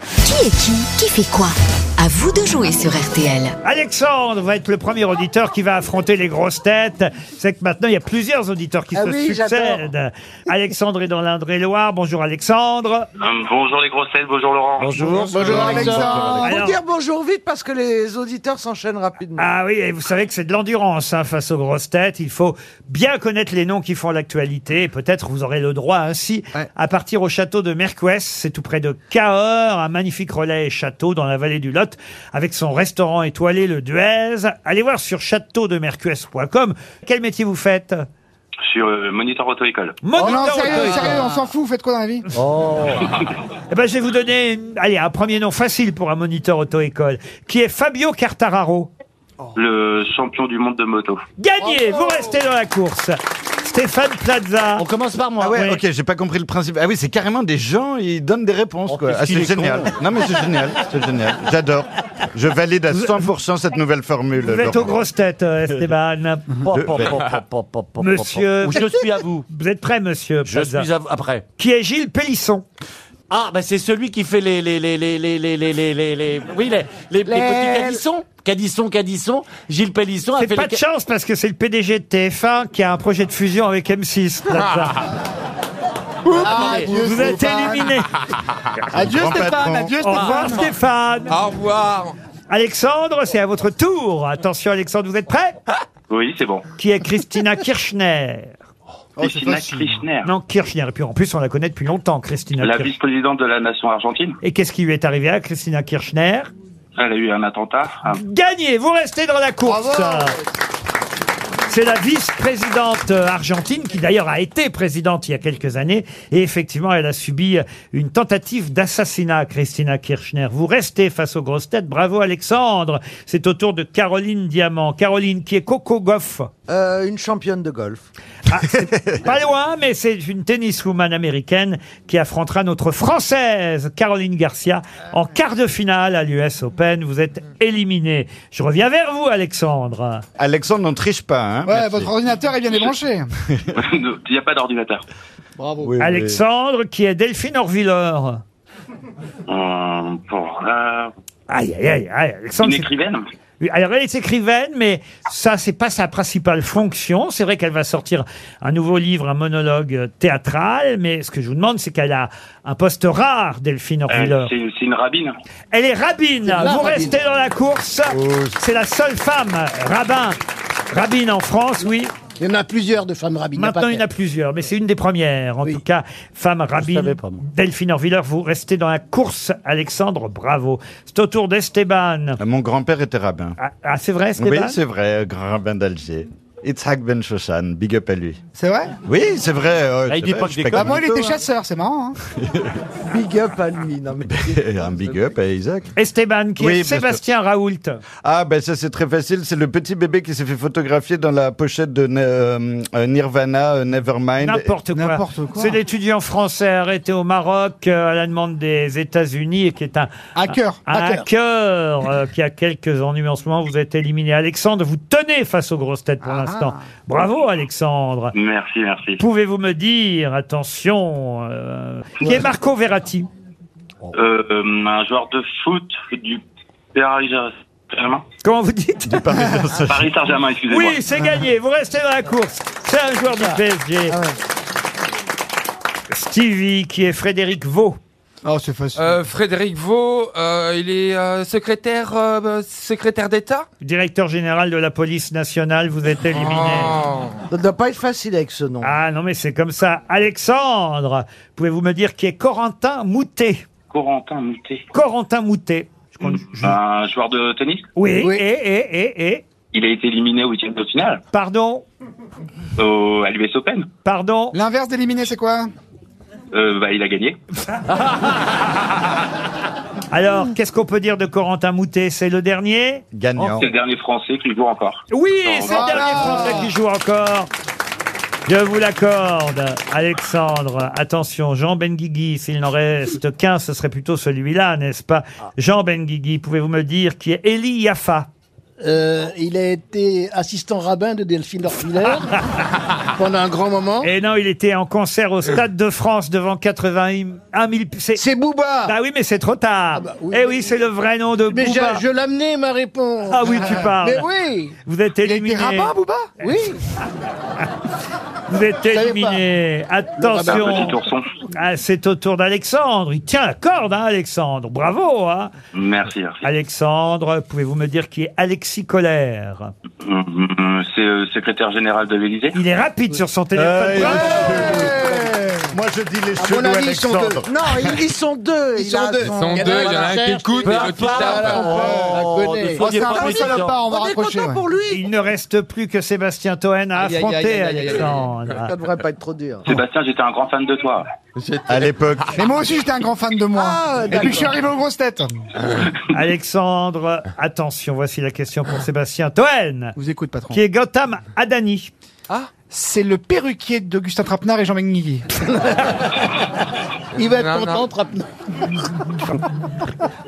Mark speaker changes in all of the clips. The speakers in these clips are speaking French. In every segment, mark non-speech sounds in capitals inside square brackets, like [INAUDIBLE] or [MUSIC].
Speaker 1: Qui est qui Qui fait quoi À vous de jouer sur RTL.
Speaker 2: Alexandre va être le premier auditeur qui va affronter les grosses têtes. C'est que maintenant, il y a plusieurs auditeurs qui
Speaker 3: Ah
Speaker 2: se
Speaker 3: oui, j'adore.
Speaker 2: succèdent. Alexandre est dans l'Indre-et-Loire. Bonjour Alexandre.
Speaker 4: Hum, Bonjour les grosses têtes, bonjour Laurent.
Speaker 5: Bonjour.
Speaker 3: Bonjour
Speaker 6: Ah
Speaker 3: Alexandre.
Speaker 2: Alors-
Speaker 3: Faut dire bonjour vite parce que les auditeurs s'enchaînent rapidement.
Speaker 2: Ah oui, et vous savez que c'est de l'endurance hein, face aux grosses têtes. Il faut bien connaître les noms qui font l'actualité. Et Peut-être vous aurez le droit ainsi
Speaker 3: Ouais.
Speaker 2: à partir au château de Merquès. C'est tout près de Cahors, un magnifique relais et château dans la vallée du Lot, avec son restaurant étoilé, le Duez. Allez voir sur châteaudemerquès.com. Quel métier vous faites
Speaker 4: Sur euh, Moniteur Auto-École.
Speaker 5: Oh non,
Speaker 2: Moniteur
Speaker 5: sérieux,
Speaker 2: autoritaire.
Speaker 5: sérieux, on s'en fout, vous faites quoi dans la vie
Speaker 2: Eh ben, je vais vous donner allez, un premier nom facile pour un moniteur auto-école, qui est Fabio Cartararo.
Speaker 4: Le champion du monde de moto.
Speaker 2: Gagné Vous restez dans la course. Stéphane Plaza.
Speaker 7: On commence par moi.
Speaker 5: Ah ouais,
Speaker 2: Ouais.
Speaker 5: ok, j'ai pas compris le principe. Ah oui, c'est carrément des gens, ils donnent des
Speaker 6: Oh,
Speaker 5: réponses, quoi. Ah, c'est génial. Non, mais c'est génial, c'est génial. J'adore. Je valide à 100% cette nouvelle formule.
Speaker 2: Vous êtes aux
Speaker 5: Laurent.
Speaker 2: grosses têtes, euh, Esteban.
Speaker 7: [LAUGHS] Pop,
Speaker 5: Je-
Speaker 7: pop, pop, pop, pop, pop, pop,
Speaker 2: Monsieur-
Speaker 7: pop. Ou je suis à vous.
Speaker 2: Vous êtes prêt, monsieur
Speaker 7: [LAUGHS] Je
Speaker 2: Plaza
Speaker 7: suis à vous. Après.
Speaker 2: Qui est Gilles Pélisson
Speaker 7: Ah, bah c'est celui qui fait les les les les les les les les les les oui les les, les petits cadissons, cadissons, cadissons. Gilles Pélisson a
Speaker 2: C'est
Speaker 7: fait
Speaker 2: pas
Speaker 7: les
Speaker 2: de chance parce que c'est le PDG de TF1 qui a un projet de fusion avec M6. Plaza.
Speaker 7: Attendez.
Speaker 2: vous vous êtes éliminé.
Speaker 5: Adieu, Stéphane, adieu.
Speaker 2: Au revoir Stéphane. Ah. Au revoir. Alexandre, c'est à votre tour. Attention Alexandre, vous êtes prêt
Speaker 4: Oui, c'est bon.
Speaker 2: Qui est Christina Kirchner Oh,
Speaker 4: Christina Kirchner.
Speaker 2: hein. Non, Kirchner. Et puis en plus, on la connaît depuis longtemps, Christina
Speaker 4: La
Speaker 2: Kirchner.
Speaker 4: vice-présidente de la nation argentine.
Speaker 2: Et qu'est-ce qui lui est arrivé à Christina Kirchner
Speaker 4: Elle a eu
Speaker 2: [LAUGHS]
Speaker 4: un attentat. Ah, [LAUGHS]
Speaker 2: Gagné Vous restez dans la course C'est la vice-présidente euh, argentine qui d'ailleurs a été présidente il y a quelques années et effectivement elle a subi euh, une tentative d'assassinat Christina Kirchner. Vous restez face aux grosses têtes. Bravo Alexandre. C'est au tour de Caroline Diamant. Caroline qui est Coco Goff.
Speaker 3: Euh, une championne de golf.
Speaker 2: Ah, c'est pas loin, mais c'est une tenniswoman américaine qui affrontera notre française Caroline Garcia en quart de finale à l'US Open. Vous êtes éliminé. Je reviens vers vous, Alexandre.
Speaker 5: Alexandre, on triche pas, hein.
Speaker 6: Ouais,
Speaker 5: Merci.
Speaker 6: votre ordinateur est bien débranché.
Speaker 4: Il n'y a pas d'ordinateur.
Speaker 6: Bravo.
Speaker 5: Oui, oui.
Speaker 2: Alexandre qui est Delphine Orvilleur.
Speaker 4: Hum, pour la-
Speaker 2: Aïe, aïe, aïe, aïe, Alexandre.
Speaker 4: Une
Speaker 2: c'est-
Speaker 4: écrivaine.
Speaker 2: Alors, elle est écrivaine, mais ça, c'est pas sa principale fonction. C'est vrai qu'elle va sortir un nouveau livre, un monologue euh, théâtral, mais ce que je vous demande, c'est qu'elle a un poste rare, Delphine
Speaker 4: Euh,
Speaker 2: Orvilleur.
Speaker 4: C'est c'est une rabbine.
Speaker 2: Elle est rabbine.
Speaker 6: la Oh.
Speaker 2: Vous
Speaker 6: rabbine.
Speaker 2: restez dans la course. C'est la seule femme rabbin. Rabbine en France, oui.
Speaker 6: Il y en a plusieurs de femmes rabbines.
Speaker 2: Maintenant, il y en a plusieurs, mais c'est une des premières. En
Speaker 6: Oui.
Speaker 2: tout cas, femme rabbine,
Speaker 7: savais pas, moi.
Speaker 2: Delphine Orvilleur, vous restez dans la course, Alexandre, bravo. C'est au tour d'Esteban.
Speaker 5: Ah, Mon grand-père était rabbin.
Speaker 2: Ah, ah, c'est vrai,
Speaker 5: Oui,
Speaker 2: Esteban
Speaker 5: c'est vrai, grand rabbin d'Alger. Itzhak Ben Shoshan, big up à lui.
Speaker 6: C'est vrai
Speaker 5: Oui, c'est vrai. euh,
Speaker 7: Ah, il
Speaker 5: c'est
Speaker 7: dit
Speaker 5: vrai,
Speaker 7: pas que
Speaker 5: je
Speaker 7: je
Speaker 5: fais
Speaker 7: déconne.
Speaker 6: Bah moi, il
Speaker 5: comme
Speaker 6: était chasseur, c'est marrant. Hein.
Speaker 3: Big up à lui. Non, mais...
Speaker 5: [LAUGHS] [LAUGHS] Un big up à Isaac.
Speaker 2: Esteban, qui
Speaker 5: Oui,
Speaker 2: est
Speaker 5: bien sûr.
Speaker 2: Sébastien Raoult.
Speaker 5: Ah ben ça c'est très facile, c'est le petit bébé qui s'est fait photographier dans la pochette de Ne- euh, euh, Nirvana, euh, Nevermind.
Speaker 2: N'importe quoi.
Speaker 6: N'importe quoi.
Speaker 2: C'est l'étudiant français arrêté au Maroc euh, à la demande des États-Unis et qui est un,
Speaker 6: Hacker.
Speaker 2: un
Speaker 6: hacker.
Speaker 2: hacker euh, qui a quelques ennuis en ce moment. Vous êtes éliminé. Alexandre, vous tenez face aux grosses têtes
Speaker 6: Ah.
Speaker 2: pour l'instant. Bravo, Alexandre.
Speaker 4: Merci, merci.
Speaker 2: Pouvez-vous me dire, attention, euh, qui est Marco Verratti
Speaker 4: Euh, hum, un joueur de foot du Paris Saint-Germain.
Speaker 2: Comment vous dites
Speaker 4: Paris Saint-Germain, excusez-moi.
Speaker 2: [LAUGHS] Oui, c'est gagné. Vous restez dans la course. C'est un joueur
Speaker 6: Ah.
Speaker 2: du PSG.
Speaker 3: ouais.
Speaker 2: Stevie, qui est Frédéric Vaux.
Speaker 6: Oh, c'est facile.
Speaker 8: Euh, Frédéric Vaux, euh, il est euh, secrétaire euh, bah, secrétaire d'État.
Speaker 2: Directeur général de la police nationale, vous êtes éliminé.
Speaker 8: Oh.
Speaker 3: Ça ne doit pas être facile avec ce nom.
Speaker 2: Ah non, mais c'est comme ça. Alexandre, pouvez-vous me dire qui est Corentin Moutet
Speaker 4: Corentin Moutet.
Speaker 2: Corentin Moutet. Je compte- je-
Speaker 4: Un joueur de tennis.
Speaker 2: Oui, eh,
Speaker 6: Oui.
Speaker 2: et, et, et, et.
Speaker 4: Il a été éliminé au huitième de finale.
Speaker 2: Pardon,
Speaker 4: Au, à l'US Open.
Speaker 2: pardon.
Speaker 6: L'inverse d'éliminer, c'est quoi
Speaker 4: Euh, bah, il a gagné.
Speaker 2: Alors, qu'est-ce qu'on peut dire de Corentin Moutet C'est le dernier
Speaker 5: Gagnant.
Speaker 4: Oh, C'est le dernier Français qui joue encore.
Speaker 2: Oui,
Speaker 4: Non,
Speaker 2: c'est le
Speaker 6: non.
Speaker 2: dernier Français qui joue encore. Je vous l'accorde, Alexandre. Attention, Jean Benguigui, s'il n'en reste qu'un, Ah. ce serait plutôt celui-là, n'est-ce pas Jean Benguigui, pouvez-vous me dire qui est Eli Yaffa
Speaker 9: Euh, il a été assistant rabbin de
Speaker 3: [LAUGHS]
Speaker 9: Delphine Orfiller pendant un grand moment.
Speaker 2: Et Eh non, il était en concert au Stade de France devant 81 000... C'est
Speaker 9: Booba
Speaker 2: Bah oui, mais c'est trop tard Eh oui, c'est le vrai nom de
Speaker 9: Mais
Speaker 2: Booba
Speaker 9: j'a- je l'amenais, ma réponse.
Speaker 2: Ah oui, tu parles.
Speaker 9: Mais oui
Speaker 2: Vous êtes éliminé.
Speaker 9: Bouba Oui
Speaker 2: Vous êtes
Speaker 9: savais pas.
Speaker 2: éliminé. Attention.
Speaker 4: Un petit ourson.
Speaker 2: Ah, c'est au tour d'Alexandre. Il tient la corde, hein, Alexandre. Bravo, hein.
Speaker 4: Merci. merci.
Speaker 2: Alexandre, pouvez-vous me dire qui est Alexis Colère
Speaker 4: Hum, hum, C'est euh, secrétaire général de l'Élysée.
Speaker 2: Il est rapide sur son
Speaker 5: Euh,
Speaker 2: téléphone.
Speaker 5: Moi, je dis les
Speaker 9: mon
Speaker 5: cheveux,
Speaker 9: avis, ils sont
Speaker 5: Alexandre.
Speaker 3: Non, ils, ils sont deux.
Speaker 9: Ils
Speaker 3: il
Speaker 9: sont
Speaker 3: a
Speaker 9: deux.
Speaker 8: Ils
Speaker 3: son-
Speaker 8: sont
Speaker 9: Il y en a
Speaker 8: deux,
Speaker 9: un
Speaker 8: il y en a un qui écoute et l'autre qui tape.
Speaker 9: Oh,
Speaker 7: Bah, Oh,
Speaker 9: connaît.
Speaker 7: des
Speaker 6: Oh,
Speaker 7: fois, il y
Speaker 6: c'est
Speaker 7: a
Speaker 6: un
Speaker 7: pas
Speaker 6: vrai
Speaker 7: méchant.
Speaker 6: salopard, on va
Speaker 3: On est
Speaker 6: raccrocher.
Speaker 3: content
Speaker 6: ouais.
Speaker 3: pour lui.
Speaker 2: Il ne reste plus que Sébastien Toen à
Speaker 8: Aïe, aïe, aïe,
Speaker 2: affronter,
Speaker 8: aïe, aïe, aïe, aïe.
Speaker 3: Ça
Speaker 2: Alexandre.
Speaker 3: devrait pas être trop dur.
Speaker 4: Sébastien, j'étais un grand fan de toi.
Speaker 5: À l'époque.
Speaker 6: Mais moi aussi, j'étais un grand fan de moi.
Speaker 3: Ah,
Speaker 6: Et puis que je suis arrivé aux grosses têtes.
Speaker 2: Alexandre, attention, voici la question pour Sébastien Toen,
Speaker 6: Vous écoute, patron.
Speaker 2: qui est Gotham Adani.
Speaker 6: C'est le perruquier d'Augustin Trapenard et Jean Benguigui.
Speaker 9: Il va être
Speaker 8: Non,
Speaker 9: content,
Speaker 8: non.
Speaker 9: Trapenard.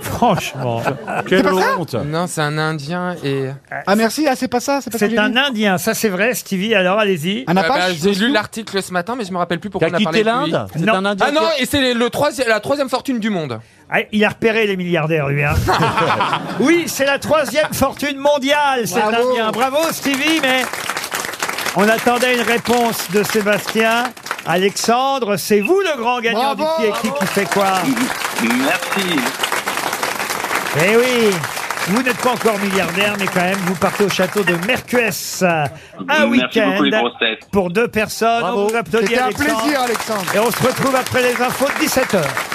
Speaker 2: Franchement,
Speaker 6: [LAUGHS] C'est pas ça
Speaker 8: Non, c'est un Indien et.
Speaker 6: Ah merci, ah c'est pas ça, c'est pas ça. que
Speaker 2: c'est
Speaker 6: j'ai
Speaker 2: un
Speaker 6: dit.
Speaker 2: Indien, ça c'est vrai, Stevie, alors allez-y.
Speaker 6: Un
Speaker 8: Ah bah,
Speaker 6: Apache
Speaker 8: J'ai lu l'article ce matin, mais je me rappelle plus
Speaker 7: Qui
Speaker 8: pourquoi
Speaker 7: a
Speaker 8: on a parlé
Speaker 7: quitté
Speaker 8: de lui.
Speaker 7: l'Inde C'est
Speaker 2: Non.
Speaker 7: un Indien
Speaker 8: Ah non,
Speaker 7: qui-
Speaker 8: et c'est les- le troisième, la troisième fortune du monde.
Speaker 2: Ah, il a repéré les milliardaires, lui.
Speaker 6: [LAUGHS]
Speaker 2: hein. oui, c'est la troisième fortune mondiale, c'est
Speaker 9: Bravo.
Speaker 2: indien. Bravo, Stevie, mais on attendait une réponse de Sébastien. Alexandre, c'est vous le grand gagnant
Speaker 6: Bravo,
Speaker 2: du qui est qui qui fait quoi
Speaker 4: Mm, Merci.
Speaker 2: Eh oui vous n'êtes pas encore milliardaire, mais quand même, vous partez au château de Mercues. Un
Speaker 4: Merci
Speaker 2: week-end
Speaker 4: beaucoup, les grosses têtes.
Speaker 2: pour deux personnes. On vous applaudit,
Speaker 6: C'était un
Speaker 2: Alexandre.
Speaker 6: plaisir, Alexandre.
Speaker 2: Et on se retrouve après les infos de 17h.